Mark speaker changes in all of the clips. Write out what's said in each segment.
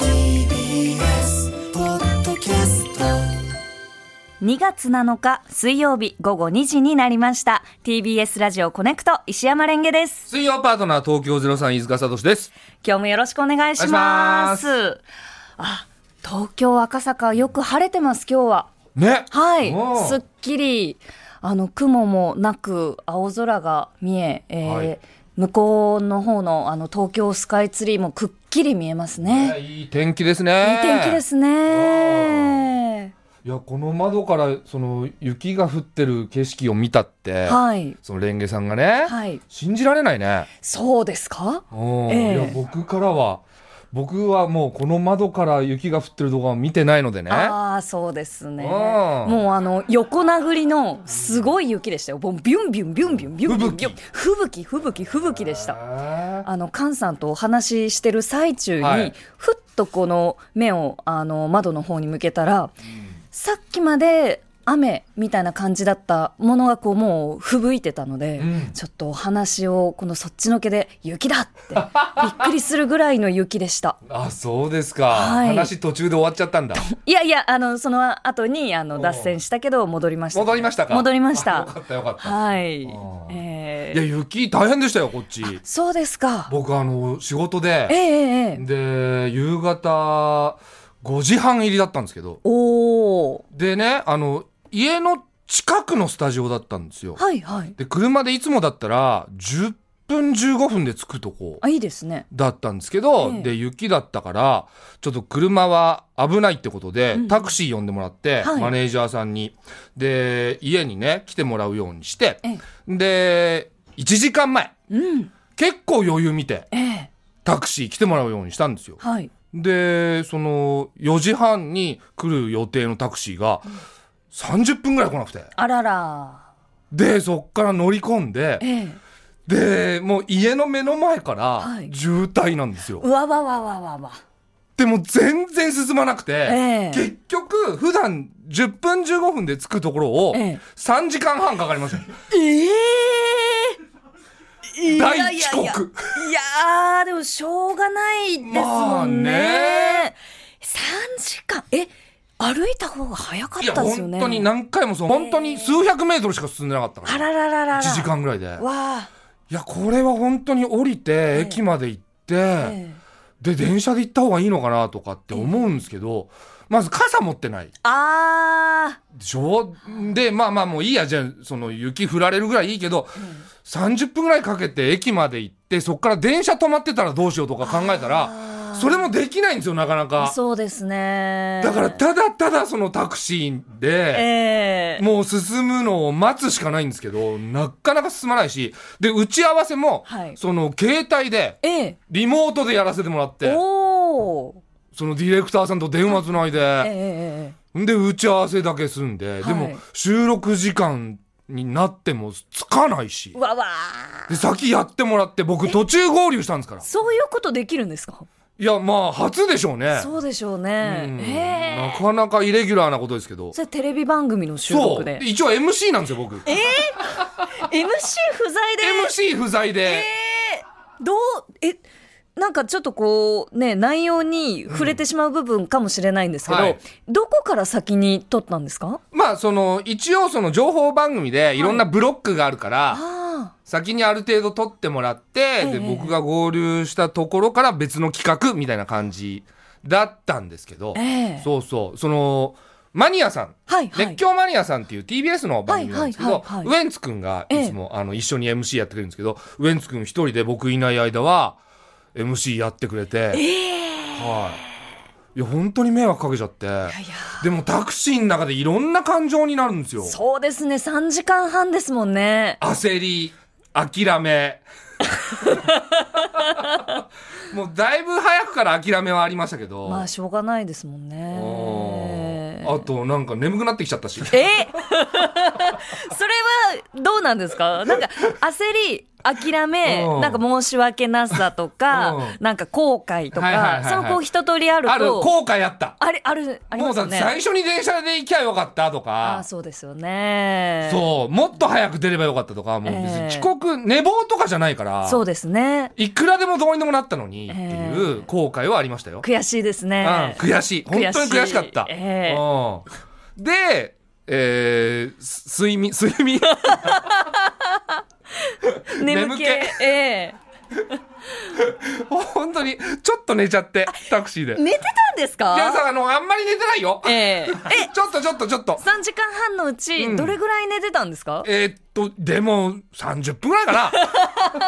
Speaker 1: TBS ポッドキャスト
Speaker 2: 2月7日水曜日午後2時になりました TBS ラジオコネクト石山レンゲです
Speaker 3: 水曜パートナー東京03飯塚聡です。
Speaker 2: 今日もよろしくお願いします
Speaker 3: お
Speaker 2: あ東京赤坂よく晴れてます今日は
Speaker 3: ね。
Speaker 2: はい
Speaker 3: おう
Speaker 2: すっきりあの雲もなく青空が見ええー
Speaker 3: はい
Speaker 2: 向こうの方のあの東京スカイツリーもくっきり見えますね。
Speaker 3: いい天気です
Speaker 2: い
Speaker 3: ね。
Speaker 2: い天気で。すね。
Speaker 3: いや、この窓から、その、雪が降ってる景色を見たって、
Speaker 2: はい。
Speaker 3: そのレンゲさんがね、
Speaker 2: はい。
Speaker 3: 信じられないね。
Speaker 2: そうですか
Speaker 3: うん
Speaker 2: ええ
Speaker 3: いや、僕からは、僕はもうこの窓から雪が降ってる動画は見てないのでね。
Speaker 2: ああ、そうですね。
Speaker 3: うん
Speaker 2: もうあの、横殴りのすごい雪でしたよ。もうビュンビュンビュンビュンビュンビュンビュン。吹雪、吹雪、吹雪でした。
Speaker 3: へ
Speaker 2: あの菅さんとお話ししてる最中に、
Speaker 3: はい
Speaker 2: ふっとこの目をあの窓の方に向けたら、さっきまで雨みたいな感じだったものがこうもう吹雪いてたので、
Speaker 3: うん
Speaker 2: ちょっとお話をこのそっちのけで雪だってびっくりするぐらいの雪でした。
Speaker 3: えあ、そうですか。
Speaker 2: はい
Speaker 3: 話途中で終わっち ゃったんだ。
Speaker 2: いやいやあのその後にあの
Speaker 3: おう
Speaker 2: 脱線したけど戻りました。
Speaker 3: 戻りましたか
Speaker 2: 戻りまし
Speaker 3: あよ
Speaker 2: た。
Speaker 3: かったよかった。
Speaker 2: はい
Speaker 3: お。う
Speaker 2: え
Speaker 3: いや、
Speaker 2: ー、
Speaker 3: 雪大変でしたよ、こっち。
Speaker 2: そうですか。
Speaker 3: 僕、あの、仕事で、
Speaker 2: ええええええ
Speaker 3: で夕方5時半入りだったんですけど
Speaker 2: おお。
Speaker 3: でねあの家の近くのスタジオだったんですよ
Speaker 2: はいはい。
Speaker 3: で車でいつもだったら10分15分で着くとこ
Speaker 2: あいいですね。
Speaker 3: だったんですけど、
Speaker 2: ええ
Speaker 3: で雪だったからちょっと車は危ないってことで、
Speaker 2: うん
Speaker 3: タクシー呼んでもらって、
Speaker 2: はい
Speaker 3: マネージャーさんにで家にね来てもらうようにして
Speaker 2: え
Speaker 3: で1時間前
Speaker 2: うん。
Speaker 3: 結構余裕見て
Speaker 2: ええ
Speaker 3: タクシー来てもらうようにしたんですよ。
Speaker 2: はい。
Speaker 3: で、その、4時半に来る予定のタクシーが、30分ぐらい来なくて。
Speaker 2: あらら。
Speaker 3: で、そっから乗り込んで、
Speaker 2: ええ
Speaker 3: で、もう家の目の前から
Speaker 2: はい
Speaker 3: 渋滞なんですよ。
Speaker 2: うわわわわわわ。
Speaker 3: でも全然進まなく
Speaker 2: ええ
Speaker 3: て、結局、普段10分15分で着くところを、
Speaker 2: ええ
Speaker 3: 3時間半かかりました。
Speaker 2: ええいやいや
Speaker 3: 大
Speaker 2: いや
Speaker 3: 遅刻。
Speaker 2: いやー、でもしょうがないです
Speaker 3: ま
Speaker 2: も
Speaker 3: あ
Speaker 2: んね
Speaker 3: ね。
Speaker 2: 三時間。え、歩いた方が早かっ
Speaker 3: いや、
Speaker 2: たですよ
Speaker 3: 本
Speaker 2: ね。
Speaker 3: 当に何回もそう、本当に数百メートルしか進んでなかったか
Speaker 2: あ
Speaker 3: ら、
Speaker 2: ららららら。
Speaker 3: 1時間ぐらいで。
Speaker 2: わあ。
Speaker 3: いや、これは本当に降りて、駅まで行って、
Speaker 2: ええ
Speaker 3: で電車で行った方がいいのかなとかって思うんですけど、まず傘持ってない
Speaker 2: あ
Speaker 3: でしょでまあまあもういいやじゃあその雪降られるぐらいいいけど、30分ぐらいかけて駅まで行ってそっから電車止まってたらどうしようとか考えたらそれもできないんですよなかな
Speaker 2: あ。
Speaker 3: か。
Speaker 2: そうですね。
Speaker 3: だからただただそのタクシーで、
Speaker 2: ええ
Speaker 3: もう進むのを待つしかないんですけどなかなか進まないしで打ち合わせも、
Speaker 2: はい
Speaker 3: その携帯で
Speaker 2: ええ
Speaker 3: リモートでやらせてもらって
Speaker 2: おお。
Speaker 3: そのディレクターさんと電話つないで。
Speaker 2: えええ
Speaker 3: んで打ち合わせだけ済んで、で
Speaker 2: はい
Speaker 3: も収録時間になってもつかないし
Speaker 2: えわわー
Speaker 3: で先やってもらって僕途中合流したんですから
Speaker 2: そういうことできるんですか
Speaker 3: いやまあ初でしょうね
Speaker 2: そうでしょう
Speaker 3: うん
Speaker 2: ね。え
Speaker 3: なかなかイレギュラーなことですけど
Speaker 2: それテレビ番組の収
Speaker 3: そ
Speaker 2: 録
Speaker 3: うで
Speaker 2: で。
Speaker 3: 一応 MC なんですよ僕 MC
Speaker 2: MC 不在で。
Speaker 3: 不在で、
Speaker 2: どう、え、なんかちょっとこう、ね、内容に触れてしまう部分かもしれないんですけど、
Speaker 3: うんはい
Speaker 2: どこから先に撮ったんですか
Speaker 3: まあその一応その情報番組でいろんなブロックがあるから、
Speaker 2: あ
Speaker 3: 先にある程度撮ってもらって、
Speaker 2: ええ
Speaker 3: で僕が合流したところから別の企画みたいな感じだったんですけど、
Speaker 2: ええ
Speaker 3: そうそうそのマニアさん、
Speaker 2: はいはい
Speaker 3: 熱狂マニアさんっていう TBS の番組なんですけど、
Speaker 2: はいはいはいはい
Speaker 3: ウエンツくんがいつも、あの一緒に MC やってくれるんですけどウエンツくん一人で僕いない間は MC やってくれて、はい、いや本当に迷惑かけちゃって
Speaker 2: あ。いや、
Speaker 3: でもタクシーの中でいろんな感情になるんですよ。
Speaker 2: そうですね、3時間半ですもんね。
Speaker 3: 焦り、諦め。 もうだいぶ早くから諦めはありましたけど、
Speaker 2: まあしょうがないですもんね
Speaker 3: うんあとなんか眠くなってきちゃったし
Speaker 2: えそれはどうなんです かなんか焦り諦め、
Speaker 3: うん
Speaker 2: なんか申し訳なさとか、
Speaker 3: うん
Speaker 2: なんか後悔とか、
Speaker 3: はいはいはいはい
Speaker 2: そのこう一通りあると
Speaker 3: ある後悔あった
Speaker 2: あれあるあり
Speaker 3: も
Speaker 2: ま
Speaker 3: う
Speaker 2: すよ
Speaker 3: さ
Speaker 2: ね
Speaker 3: 最初に電車で行きゃよかったと
Speaker 2: あ
Speaker 3: か
Speaker 2: ーそうですよね
Speaker 3: そうもっと早く出ればよかったとかもう別
Speaker 2: ええ
Speaker 3: に遅刻、寝坊とかじゃないから
Speaker 2: そうですね
Speaker 3: いくらでもどうにでもなったのにっていう後悔はありましたよ、
Speaker 2: 悔しいです
Speaker 3: うん
Speaker 2: ね、
Speaker 3: 悔しい本当に悔しかった、
Speaker 2: ええ
Speaker 3: うんで、えーす睡眠睡眠
Speaker 2: 眠
Speaker 3: 眠
Speaker 2: 気
Speaker 3: 気
Speaker 2: ええ
Speaker 3: 本当にちょっと寝ちゃってタクシーで。
Speaker 2: 寝てたんですか
Speaker 3: いやさあのあんまり寝てないよ、
Speaker 2: ええ
Speaker 3: ちょっとちょっとちょっと
Speaker 2: 3時間半のう
Speaker 3: う
Speaker 2: ち
Speaker 3: ん
Speaker 2: どれぐらい寝てたんですか、
Speaker 3: えーっとでも30分ぐらい かな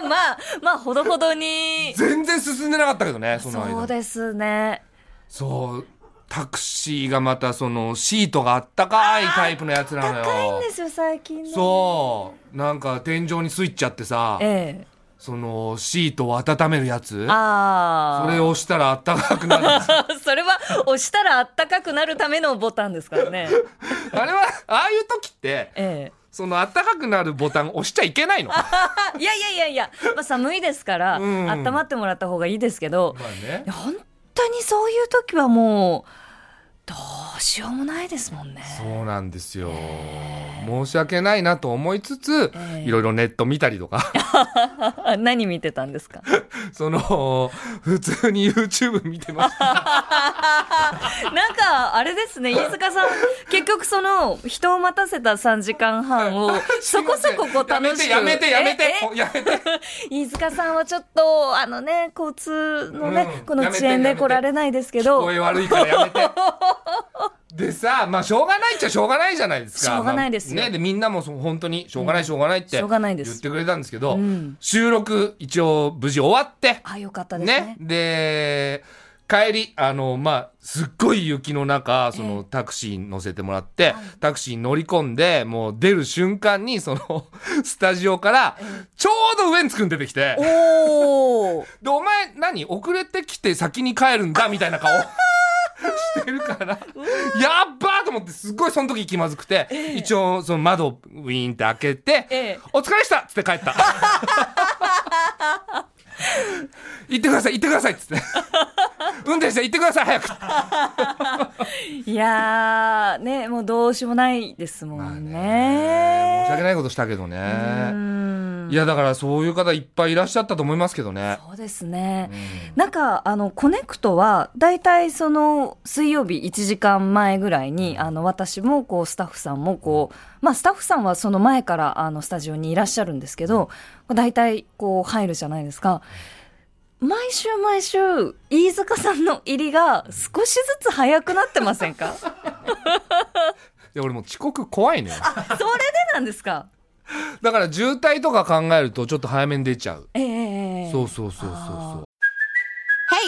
Speaker 2: まあまあまあほどほどに
Speaker 3: 全然進んでなかったけどねその間
Speaker 2: そうですね
Speaker 3: そうタクシーがまたそのシートがあったかいタイプのやつなのよ
Speaker 2: 高いんですよ最近ね
Speaker 3: そうなんか天井にスイッチあってさ
Speaker 2: ええ
Speaker 3: そのシートを温めるやつ
Speaker 2: ああ
Speaker 3: それを押したらあったか くなる
Speaker 2: それは押したらあったかくなるためのボタンですからね
Speaker 3: あれはああいう時って
Speaker 2: ええ
Speaker 3: そのあったかくなるボタン押しちゃいけないのま
Speaker 2: あいやいやいやいや、まあ、寒いですから、
Speaker 3: うん
Speaker 2: 温まってもらった方がいいですけど
Speaker 3: あね
Speaker 2: いや本当にそういう時はもうどうしようもないですもん ね
Speaker 3: そうなんですよ。申し訳ないなと思いつつ、
Speaker 2: ええ
Speaker 3: いろいろネット見たり とか、
Speaker 2: あ何見てたんですか
Speaker 3: その、普通に YouTube 見てました。
Speaker 2: なんかあれですね飯塚さん結局その人を待たせた3時間半 をそこそここう楽しく
Speaker 3: やめてやめて
Speaker 2: え
Speaker 3: や
Speaker 2: え
Speaker 3: めてやめて
Speaker 2: 飯塚さんはちょっとあのね交通のね、
Speaker 3: うん
Speaker 2: この
Speaker 3: やめて
Speaker 2: 遅延で
Speaker 3: やめて
Speaker 2: 来られないですけど
Speaker 3: 声悪いからやめ て。でさ、まあしょうがないっちゃしょうがないじゃないですか。
Speaker 2: しょうがないですよ
Speaker 3: まあね、でみんなもそう本当にしょうがないしょうがないって
Speaker 2: しょうがないで
Speaker 3: 言
Speaker 2: す
Speaker 3: ってくれたんですけど、
Speaker 2: うん
Speaker 3: 収録一応無事終わって、
Speaker 2: あよかったですね
Speaker 3: ね。で、帰り、あの、まあ、すっごい雪の中、その、タクシーに乗せてもらって、タクシーに乗り込んで、もう出る瞬間に、その、スタジオから、ちょうどウエンツくん出てきて、
Speaker 2: おお
Speaker 3: で、お前、何遅れてきて先に帰るんだみたい な顔。してるからやっばーと思ってすっごいその時気まずくて、一応その窓をウィーンって開けて
Speaker 2: え
Speaker 3: 「
Speaker 2: え
Speaker 3: お疲れでした!」っつって帰 った「行ってください行ってください」っつって「運転して行ってください早く」
Speaker 2: いやーねもうどうしようもないですもんね,、
Speaker 3: 申し訳ないことしたけどね
Speaker 2: うん
Speaker 3: いやだからそういう方いっぱいいらっしゃったと思いますけどね
Speaker 2: そうですね、なんかあのコネクトは大体その水曜日1時間前ぐらいにあの私もこうスタッフさんもこう、まあ、スタッフさんはその前からあのスタジオにいらっしゃるんですけど大体こう入るじゃないですか。毎週毎週、飯塚さんの入りが少しずつ早くなってません かそれ
Speaker 3: いや俺もう遅刻怖いのよ
Speaker 2: でなんですか
Speaker 3: だから渋滞とか考えるとちょっと早めに出ちゃう
Speaker 2: ええええええ
Speaker 3: そうそうそうそうそう。
Speaker 4: Hey,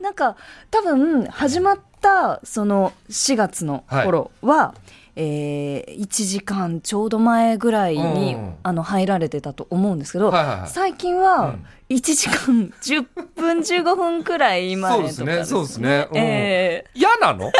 Speaker 2: なんか多分始まったその4月の頃は、えー、1時間ちょうど前ぐらいに、
Speaker 3: うん
Speaker 2: あの入られてたと思うんですけど、
Speaker 3: はいはいはい
Speaker 2: 最近は1時間10分15分くらい前
Speaker 3: そ
Speaker 2: と
Speaker 3: う
Speaker 2: か
Speaker 3: ですね、そうです
Speaker 2: ね。
Speaker 3: ね。うん
Speaker 2: え
Speaker 3: 嫌 なの
Speaker 2: ー、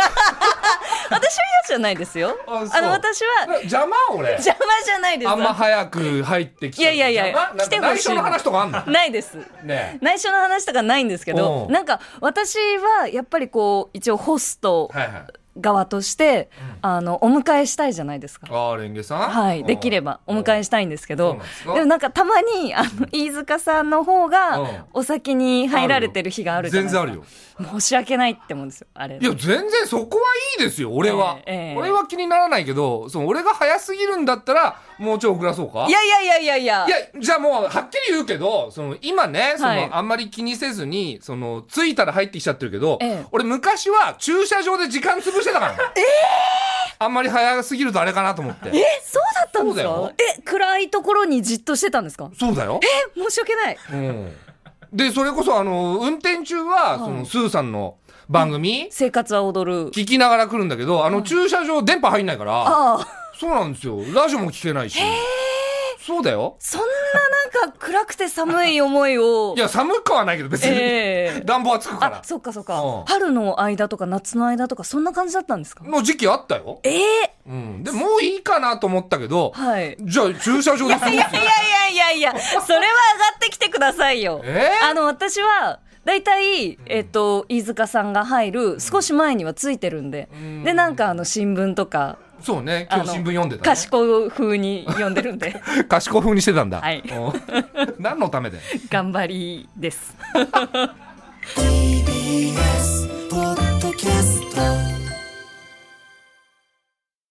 Speaker 2: 私は嫌じゃないですよ。あ
Speaker 3: あそう
Speaker 2: の私は
Speaker 3: 邪魔俺。
Speaker 2: 邪魔じゃないです。
Speaker 3: あんま早く入ってきて。
Speaker 2: いやいやいや
Speaker 3: 邪魔なんか
Speaker 2: 来てほしい
Speaker 3: 内緒の話とかあ んの
Speaker 2: ないです。
Speaker 3: ね
Speaker 2: 内緒の話とかないんですけど、
Speaker 3: うん
Speaker 2: なんか私はやっぱりこう一応ホスト
Speaker 3: えはいはい。
Speaker 2: 側として、あの、お迎えしたいじゃないですか。
Speaker 3: ああ、レンゲさん
Speaker 2: はい、できればお迎え
Speaker 3: し
Speaker 2: したいんですけ
Speaker 3: そう
Speaker 2: ど
Speaker 3: なんです、
Speaker 2: で
Speaker 3: か
Speaker 2: もなんかたまに、あの、飯塚さんの方
Speaker 3: うん
Speaker 2: が、お先に入られてる日があるじゃない
Speaker 3: 全
Speaker 2: です
Speaker 3: 然
Speaker 2: か。
Speaker 3: あるよ。
Speaker 2: 申し訳ないって思うんですよ、あれ。
Speaker 3: いや、全然そこはいいですよ、俺は。
Speaker 2: ええええ
Speaker 3: 俺は気にならないけど、その俺が早すぎるんだったら、もうちょい遅らそうか
Speaker 2: いやいやいやいやいや。
Speaker 3: いや、じゃあもう、はっきり言うけど、その、今ね、その、
Speaker 2: はい
Speaker 3: あんまり気にせずに、その、着いたら入ってきちゃってるけど、
Speaker 2: ええ
Speaker 3: 俺昔は駐車場で時間潰して たからね。あんまり早すぎるとあれかなと思って。
Speaker 2: え、そうだったんです
Speaker 3: そう
Speaker 2: か
Speaker 3: だよ
Speaker 2: え、暗いところにじっとしてたんですか
Speaker 3: そうだよ。
Speaker 2: え、申し訳ない。
Speaker 3: うん。で、それこそ、あの、運転中は、その、スーさんの番組、
Speaker 2: 生活は踊る。
Speaker 3: 聞きながら来るんだけど、あの、駐車場電波入んないから、
Speaker 2: ああ、
Speaker 3: そうなんですよ。ラジオも聞けないし。そうだよ。
Speaker 2: そんななんか暗くて寒い思いを。
Speaker 3: いや、寒くはないけど、別に。
Speaker 2: ええ
Speaker 3: 暖房はつくか
Speaker 2: あ
Speaker 3: ら、。
Speaker 2: そっかそっ
Speaker 3: う
Speaker 2: か
Speaker 3: ん。
Speaker 2: 春の間とか夏の間とか、そんな感じだったんですか
Speaker 3: の時期あったよ。
Speaker 2: ええ
Speaker 3: うん。で、もういいかなと思ったけど、
Speaker 2: はい。
Speaker 3: じゃあ駐車場で過ごす
Speaker 2: い
Speaker 3: よ
Speaker 2: やいやいやいやいや、それは上がってきてくださいよ。
Speaker 3: えー
Speaker 2: あの、私は、だいたい、えっと、飯塚さんが入る少し前にはついてるんで。で、なんかあの、新聞とか、
Speaker 3: そうね、
Speaker 2: あ
Speaker 3: 今日新聞読んでた、ね。
Speaker 2: 賢い風に読んでるん で、
Speaker 3: 賢風にしてたんだ。
Speaker 2: はい
Speaker 3: うん 何のためだよ。
Speaker 2: 頑張りです。
Speaker 5: TBS ポッドキャスト